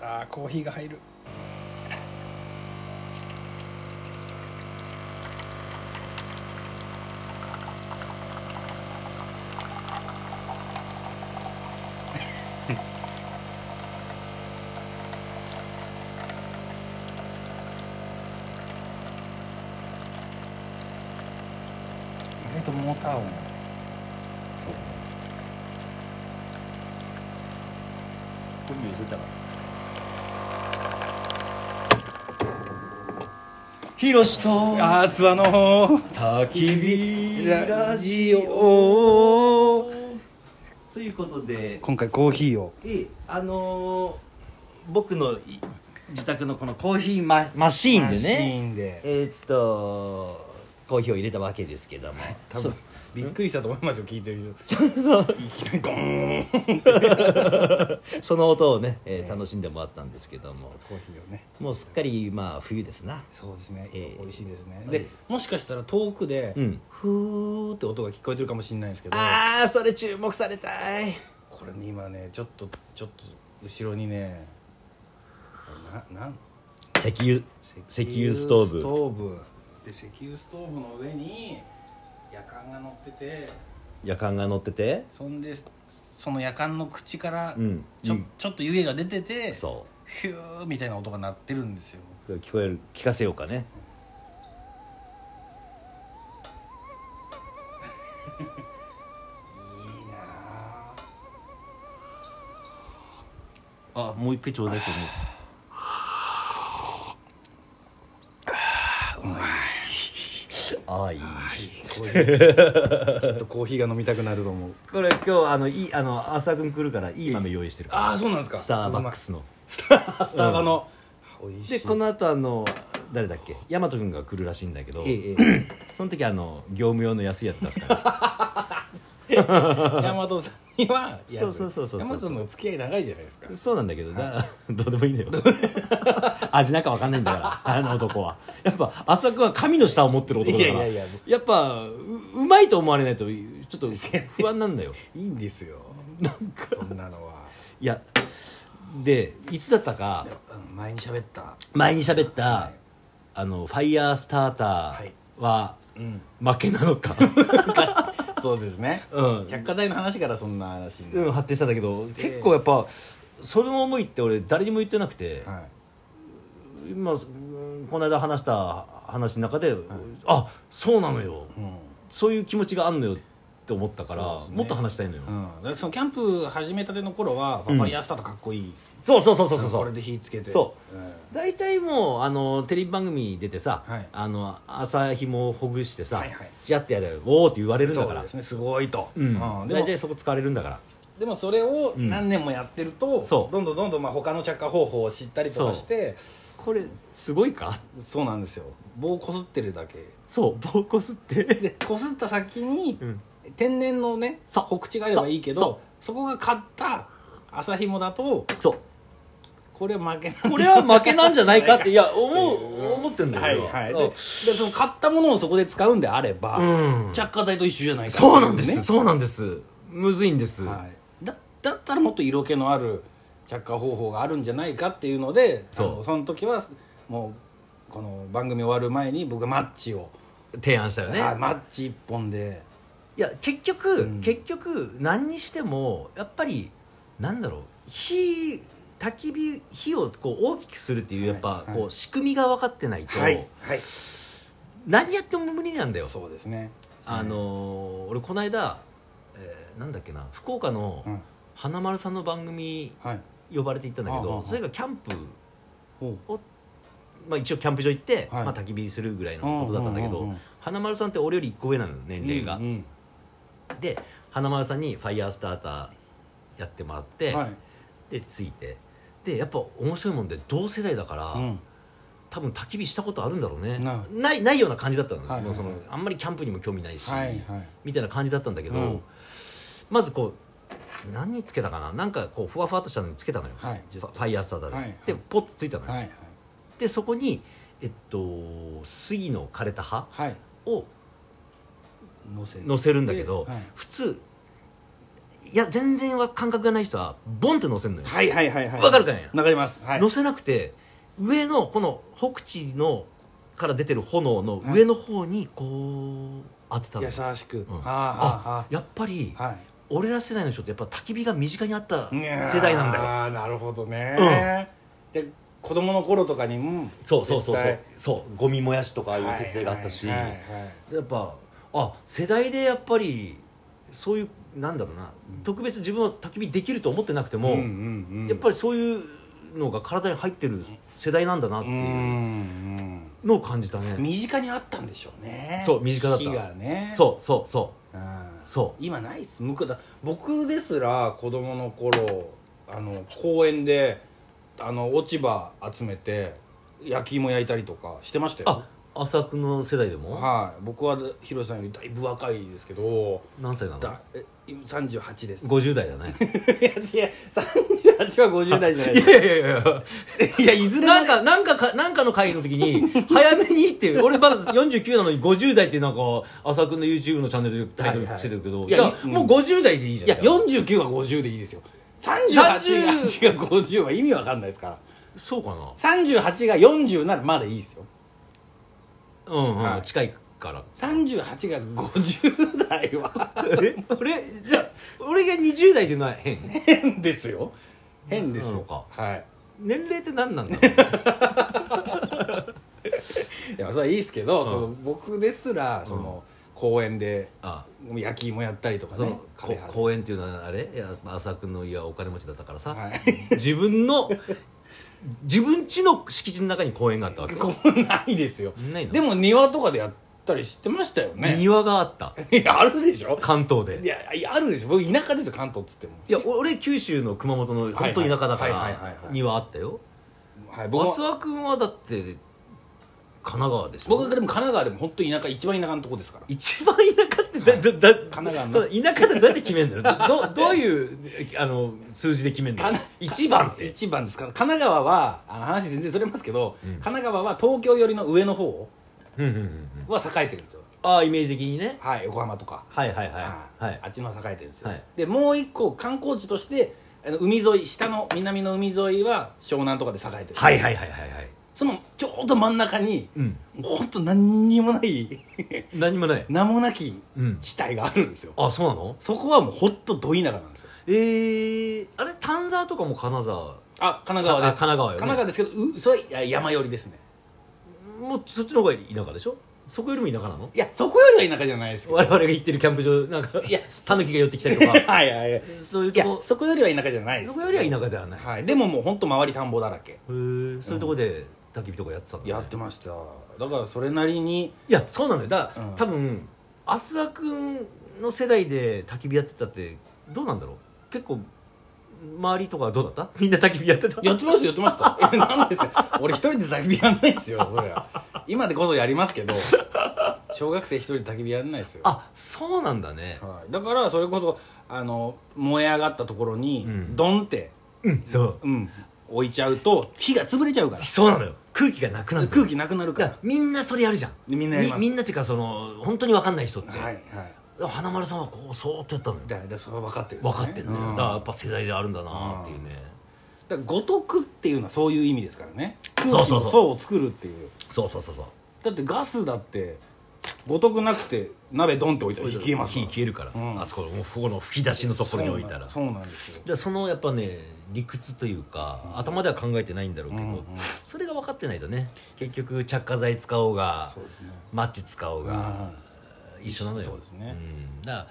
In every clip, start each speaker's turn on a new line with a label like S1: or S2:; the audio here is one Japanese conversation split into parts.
S1: あーコーヒーが入る
S2: 意外とモーター音そうこれ寄せたらひろしと
S1: あー諏訪の
S2: 焚き火ラ
S1: ラ
S2: ジ
S1: ジ
S2: オ
S1: オ
S2: ということで、
S1: 今回コーヒーを
S2: えーあのー僕のい自宅のこのコーヒーママシーンでね
S1: シーンで
S2: えーっとコーヒーを入れたわけですけども
S1: 多
S2: そう
S1: 分びっくりしたと思いますよ聞いてる人いきなりゴーンコー
S2: その音をね、 えー楽しんでもらったんですけども
S1: ヒーをね
S2: もうすっかりまあ冬ですな
S1: そうですね、
S2: ええ
S1: 美味しいですね、
S2: はい
S1: でもしかしたら遠くで、
S2: うん
S1: ふーって音が聞こえてるかもしれないんですけど
S2: ああそれ注目されたい
S1: これね今ねちょっとちょっと後ろにねななん
S2: 石油石油ストーブ
S1: 石油ストーブで石油ストーブの上に夜間が乗ってて
S2: 夜間が乗ってて
S1: そんでその夜間の口から
S2: うん
S1: ちょ,、
S2: うん
S1: ちょっと湯気が出てて
S2: そ
S1: ヒューみたいな音が鳴ってるんですよ
S2: う聞こえる聞かせようかね
S1: いいなあ
S2: あもう一回ちょうだいそれああいい
S1: コーヒーきっとコーヒーが飲みたくなると思う
S2: これ今日あのいいあの浅くん来るからいい豆用意してるから
S1: ああそうなんですか
S2: スターバックスの
S1: スタースタバの、美味しい
S2: でこの後あの誰だっけ大和君が来るらしいんだけど、
S1: えええ
S2: その時あの業務用の安いやつ出すから
S1: 大和さんには
S2: そうそうそうそう
S1: 大和さんのお付き合い長いじゃないですか
S2: そうなんだけどな どうでもいいんだよ味なんかわかんないんだからあの男はやっぱ浅くは神の舌を持ってる男だから
S1: いやいやいや
S2: やっぱううまいと思われないとちょっと不安なんだよ
S1: いいんですよなんかそんなのはい
S2: やでいつだったか
S1: うん前に喋った
S2: 前に喋った、
S1: はい
S2: あのファイヤースターターは
S1: うん
S2: 負けなの か、
S1: そうですね
S2: うん
S1: 着火剤の話からそんな話になる
S2: うん、発展したんだけど結構やっぱその思いって俺誰にも言ってなくて、
S1: は
S2: 今うんこの間話した話の中で、あそうなのよ、
S1: いうん
S2: そういう気持ちがあんのよって思ったから、
S1: そうですね
S2: もっと話したいのよ、
S1: うん、だからそのキャンプ始めたての頃は、
S2: ん
S1: ファイヤースタートかっこいい
S2: そうそうそうそうそう
S1: これで火つけて、
S2: そう
S1: ん
S2: 大体もうあのテレビ番組出てさ、
S1: はい
S2: あの朝ひもをほぐしてさ、
S1: はいはい
S2: ジャッてやるおおって言われるんだ
S1: そ
S2: か
S1: う
S2: ら
S1: ですねすごいと、
S2: うん
S1: で
S2: 大
S1: も
S2: 体そこ使われるんだから
S1: でもそれを
S2: うん
S1: 何年もやってると、
S2: そう
S1: どんどんどんどんまあ他の着火方法を知ったりとかして
S2: これすごいか
S1: そうなんですよ棒こすってるだけ
S2: そう膀胱吸って、
S1: でこすった先に、
S2: うん、
S1: 天然のね
S2: そう
S1: ほくちがあればいいけど
S2: そう
S1: そこが買った朝ひもだと
S2: そう
S1: これは負けない
S2: これは負けなんじゃないかっていや思う思ってん だ
S1: は
S2: よ
S1: い
S2: 俺
S1: はいででその買ったものをそこで使うんであれば、
S2: うん
S1: 着火剤と一緒じゃないかってい
S2: そうなんです、
S1: ね
S2: そうなんですむずいんです、
S1: はい、だだったらもっと色気のある着火方法があるんじゃないかっていうので
S2: そう
S1: あのその時はもうこの番組終わる前に僕がマッチを、
S2: 提案したよね
S1: はいマッチ一本で
S2: いや結局、
S1: うん
S2: 結局何にしてもやっぱりなんだろう火焚き火火をこう大きくするっていう
S1: は
S2: や
S1: い
S2: っぱ
S1: はい
S2: こう仕組みが分かってないと、
S1: はい
S2: 何やっても無理なんだよ
S1: そうですね
S2: あのー俺この間、えーなんだっけな福岡の
S1: うん
S2: 花丸さんの番組
S1: はい
S2: 呼ばれて行ったんだけ
S1: あああ
S2: ど
S1: あ
S2: それがキャンプ
S1: おう
S2: まあ、一応キャンプ場行って、
S1: はい
S2: まあ、焚き火するぐらいのことだったんだけ
S1: うん
S2: ど、
S1: うんうんうん
S2: 花丸さんって俺より1個上なの年齢が、
S1: うんうん
S2: で花丸さんにファイヤースターターやってもらって、
S1: はい
S2: でついてでやっぱ面白いもんで同世代だから、
S1: うん
S2: 多分焚き火したことあるんだろうね
S1: な
S2: ないないような感じだったの,、
S1: はいはい
S2: もうその
S1: はい
S2: あんまりキャンプにも興味ないし、
S1: はいはい
S2: みたいな感じだったんだけど、
S1: うん
S2: まずこう何につけたかななんかこうふわふわっとしたのにつけたのよ、
S1: はい
S2: ファファイヤースターターで、
S1: はいはい
S2: でポッとついたのよ、
S1: はいはい
S2: でそこにえっと杉の枯れた葉
S1: はい
S2: を
S1: 乗せ
S2: 乗せるんだけど、
S1: はい
S2: 普通いや全然は感覚がない人はボンって乗せんのよ、
S1: はいはいはいはい
S2: わかるかね
S1: わかりますはい
S2: 乗せなくて上のこの北地のから出てる炎の上の方にこう当てたの、
S1: 優しく、
S2: うん
S1: は
S2: あ
S1: あ
S2: やっぱり
S1: はあはあ
S2: 俺ら世代の人ってやっぱ焚き火が身近にあった
S1: いねえ
S2: 世代なんだよ
S1: ああなるほどね、で子供の頃とかにうん
S2: そうそうそうそ
S1: 絶
S2: う
S1: 対
S2: そうゴミ燃やしとかああいう手伝いがあったし、
S1: はいはいはいはい
S2: やっぱあ世代でやっぱりそういうなんだろうな、
S1: うん
S2: 特別自分は焚き火できると思ってなくても、
S1: んうんうん
S2: やっぱりそういうのが体に入ってる世代なんだなって
S1: う
S2: いうんのを感じたね、
S1: うん身近にあったんでしょうね
S2: そう身近だった
S1: 火がね
S2: そうそうそ
S1: うん
S2: うそう
S1: 今ないっす向こうだ僕ですら子供の頃あの公園であの落ち葉集めて焼き芋焼いたりとかしてましたよ
S2: あ浅くの世代でも
S1: はい僕は広瀬さんよりだいぶ若いですけど
S2: 何歳なの
S1: だえ今38です
S2: 50代だね
S1: いや違う38は50代じゃない
S2: いやいやいや いや
S1: いやいずれ
S2: なんか、なんかか、なんかの会議の時に、 早めにって、俺まだ49なのに50代ってなんか、浅くんの YouTube のチャンネルでタイトルつけてるけど、
S1: はいはいいや
S2: じゃあ、もう50代でいいじゃん。
S1: いや
S2: じゃあ
S1: 49は50でいいですよ
S2: 30
S1: 38が50は意味わかんないですから
S2: そうかな
S1: 38が40ならまだいいですよ
S2: うんうん、
S1: はい
S2: 近いから。
S1: 38が50代は
S2: え俺、じゃあ、俺が20代っていうのは変。
S1: 変ですよ変です
S2: な
S1: よ
S2: のか
S1: はい
S2: 年齢って何なんだろ う
S1: いやそれはいいですけど、
S2: うん
S1: その僕ですらその、公園で
S2: あ
S1: 焼き芋やったりとか
S2: その
S1: ね
S2: こ
S1: 枯葉
S2: 公園っていうのはあれいや浅くんの家はお金持ちだったからさ、
S1: はい
S2: 自分の自分家の敷地の中に公園があったわけ
S1: こうないですよ
S2: ないの
S1: でも庭とかでやったりしてましたよね
S2: 庭があった
S1: いやあるでしょ
S2: 関東で
S1: いやいやあるでしょ僕田舎ですよ関東っつっても
S2: いやお俺九州の熊本の本当田舎だか
S1: はいはいはいはい
S2: ら
S1: はい
S2: 庭あったよ
S1: はい僕
S2: 増
S1: は
S2: 田君はだって神奈川でしょ
S1: 僕がでも神奈川でも本当田舎一番田舎のとこですから
S2: 一番田舎ってだ、だだ
S1: 神奈川の
S2: そう田舎ってどうやって決めるんだろうどどどういうあの数字で決めるんだろう
S1: かな
S2: 一番って
S1: 一番ですから神奈川はあ話全然それますけど、
S2: うん
S1: 神奈川は東京寄りの上の方
S2: うんうんうんうん
S1: は栄えてるんですよ
S2: ああイメージ的にね
S1: はい横浜とか
S2: はいはいはい
S1: はい
S2: はい
S1: あっちの方栄えてるんですよ、
S2: はい
S1: でもう一個観光地としてあの海沿い下の南の海沿いは湘南とかで栄えてる、
S2: はいはいはいはいはい
S1: そのちょうど真ん中に
S2: うん
S1: 本当何にもない
S2: 何もない
S1: 名もなき
S2: うん
S1: 地帯があるんですよ
S2: あそうなの
S1: そこはもうほっとど田舎なんですよ
S2: えー、あれ丹沢とかも金沢
S1: あ神
S2: あ
S1: 奈川です
S2: 神奈川よ、ね、
S1: 神奈川ですけどうそれいや山寄りですね
S2: もうそっちの方が田舎でしょそこよりも田舎なの
S1: いやそこよりは田舎じゃないですけど
S2: 我々が行ってるキャンプ場なんか
S1: いや
S2: タヌキが寄ってきたりとか
S1: はいはいはい
S2: そういう
S1: い
S2: と
S1: や
S2: こ
S1: そこよりは田舎じゃないです
S2: そこよりは田舎ではない、
S1: はい、でももう本当周り田んぼだらけ
S2: へーそういうとこで焚き火とかやってたんだ、ね、
S1: やってましただからそれなりに
S2: いやそうなのよだから、
S1: うん
S2: 多分浅田君の世代で焚き火やってたってどうなんだろう結構周りとかはどうだったみんな焚き火やってた
S1: やってましたやってましたえなんですよ俺一人で焚き火やんないですよそりゃ今でこそやりますけど小学生一人で焚き火やんないですよ
S2: あそうなんだね
S1: はい、だからそれこそあの燃え上がったところに
S2: うん
S1: ドンって、
S2: うんそう
S1: うん置いちゃうと火が潰れちゃうから
S2: そうなのよ空気がなくなる
S1: 空気なくなるか
S2: だから
S1: ら
S2: みんなそれやるじゃん
S1: でみんなやります
S2: みみんなっていうかその本当に分かんない人って、
S1: はいはい
S2: 花丸さんはこうそうっとやったのよ
S1: だからそれは分かってるんで
S2: 分
S1: す
S2: かってんね、
S1: うんだ
S2: だからや
S1: か
S2: っぱ世代であるんだなっていうね、
S1: ら五徳っていうのはそういう意味ですからね空
S2: そう
S1: 気
S2: そうそう
S1: の層を作るっていう
S2: そうそうそうそう
S1: だってガスだって五徳なくて鍋ドンって置いたら火消えますから
S2: 火消えるから、
S1: うん
S2: あそこのこの吹き出しのところに置いたら
S1: そうなんそうなんですよ
S2: じゃあそのやっぱね理屈というか、頭では考えてないんだろうけど、
S1: うんうん
S2: それが分かってないとね結局着火剤使おうが
S1: そうですね
S2: マッチ使おうが、一緒なのよ
S1: そうですね
S2: うんだから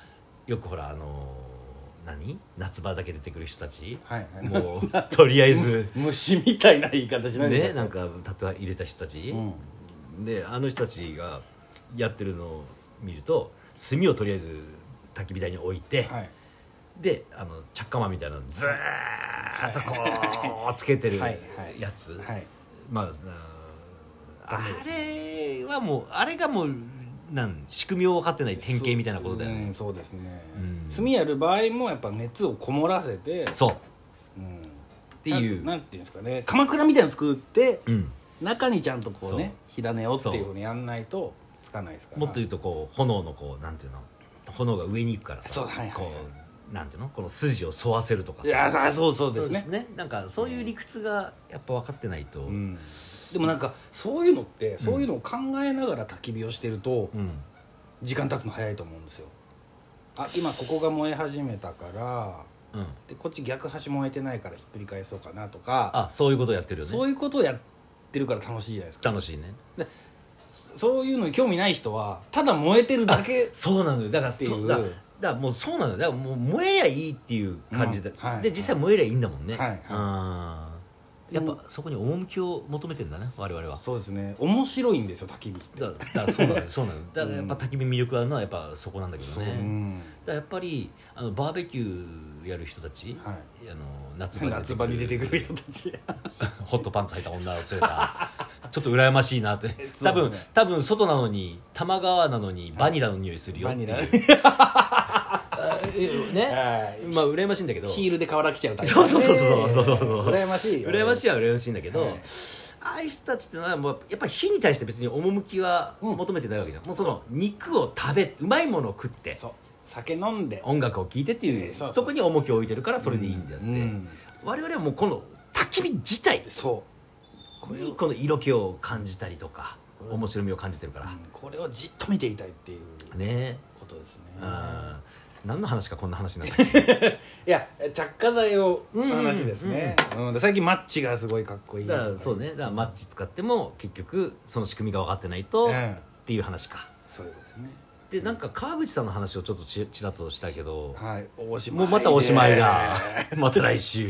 S2: よくほらあのー何夏場だけ出てくる人たち、
S1: はいはい
S2: もうとりあえず
S1: 虫みたいな言い方しないで
S2: ね
S1: くだ
S2: なんか例え入れた人たち
S1: さい、うん
S2: であの人たちがやってるのを見ると炭をとりあえず焚き火台に置いて、
S1: はい
S2: であの着火マンみたいなのずーっとこうつけてる
S1: はいはい
S2: やつ、
S1: はい
S2: まあうーん
S1: ダメ
S2: あれはもうあれがもうなん仕組みを分かってない典型みたいなことだよね
S1: うんそうですね
S2: うん
S1: 炭やる場合もやっぱ熱をこもらせて
S2: そう
S1: うんって
S2: いう
S1: なんていうんですかね鎌倉みたいなの作って
S2: うん
S1: 中にちゃんとこうね火種をって
S2: そう
S1: いうふうにやんないとつかないですから
S2: もっと言うとこう炎のこうなんていうの炎が上に行くからさ
S1: そうはいはい
S2: こうなんていうのこの筋を沿わせるとか
S1: いやあそうそうですね
S2: なんかそういう理屈がやっぱ分かってないと、
S1: うんでもなんかそういうのって、そういうのを考えながら焚き火をしてると
S2: うん
S1: 時間経つの早いと思うんですよあ今ここが燃え始めたから
S2: うん
S1: でこっち逆端燃えてないからひっくり返そうかなとか、
S2: あそういうことやってるよね
S1: そういうことをやってるから楽しいじゃないですか
S2: 楽しいね
S1: そういうのに興味ない人はただ燃えてるだけ
S2: そうなのよだから
S1: っていう
S2: そうだだからもうそうなのよだからもう燃えりゃいいっていう感じで、
S1: うんはい
S2: で実際燃えりゃいいんだもんね、
S1: はいはい
S2: うんやっぱそこに趣を求めてんだね我々は
S1: そうですね面白いんですよ焚き火って
S2: だだからそうなのよそうなのよだからやっぱ焚き火魅力あるのはやっぱそこなんだけど
S1: う
S2: ね、
S1: ん
S2: だからやっぱりあのバーベキューやる人たち、
S1: はい
S2: あの夏場
S1: 夏場に出てくる人たち
S2: ホットパンツ履いた女を連れた ちょっと羨ましいなって
S1: そ
S2: 多
S1: うです
S2: 分、
S1: ね
S2: 多分外なのに多摩川なのにバニラの匂いするよっていう、
S1: バニ
S2: あえね
S1: はい
S2: まあ羨ましいんだけど
S1: ヒールで瓦来ちゃうタイプ
S2: そうそうそうそうそうそうそう
S1: 羨ましい
S2: 羨まし
S1: い
S2: いは羨ましいんだけど、
S1: はい
S2: ああいう人たちってのはもうやっぱ火に対して別に趣は
S1: うん
S2: 求めてないわけじゃん、もうその肉を食べうまいものを食って
S1: そう酒飲んで
S2: 音楽を聴いてっていう,、
S1: ええそうそう
S2: とこに重きを置いてるからそれでいいんだって、
S1: うん
S2: 我々はもうこの焚き火自体
S1: そ
S2: これにこの色気を感じたりとか
S1: これ
S2: 面白みを感じてるか
S1: う、
S2: ら、
S1: うんこれをじっと見ていたいっていう
S2: ね
S1: ことですね
S2: え、うん、何の話かこんな話になった
S1: いや着火剤を
S2: うんうんうん
S1: 話ですね、うんで最近マッチがすごいかっこいい
S2: だからそうねだからマッチ使っても結局その仕組みが分かってないと、
S1: う
S2: っ
S1: ん
S2: ていう話か
S1: そうですね
S2: でなんか川口さんの話をちょっとちちらっとしたけど
S1: はいおしまい
S2: もうまたおしまい
S1: で
S2: だまた来週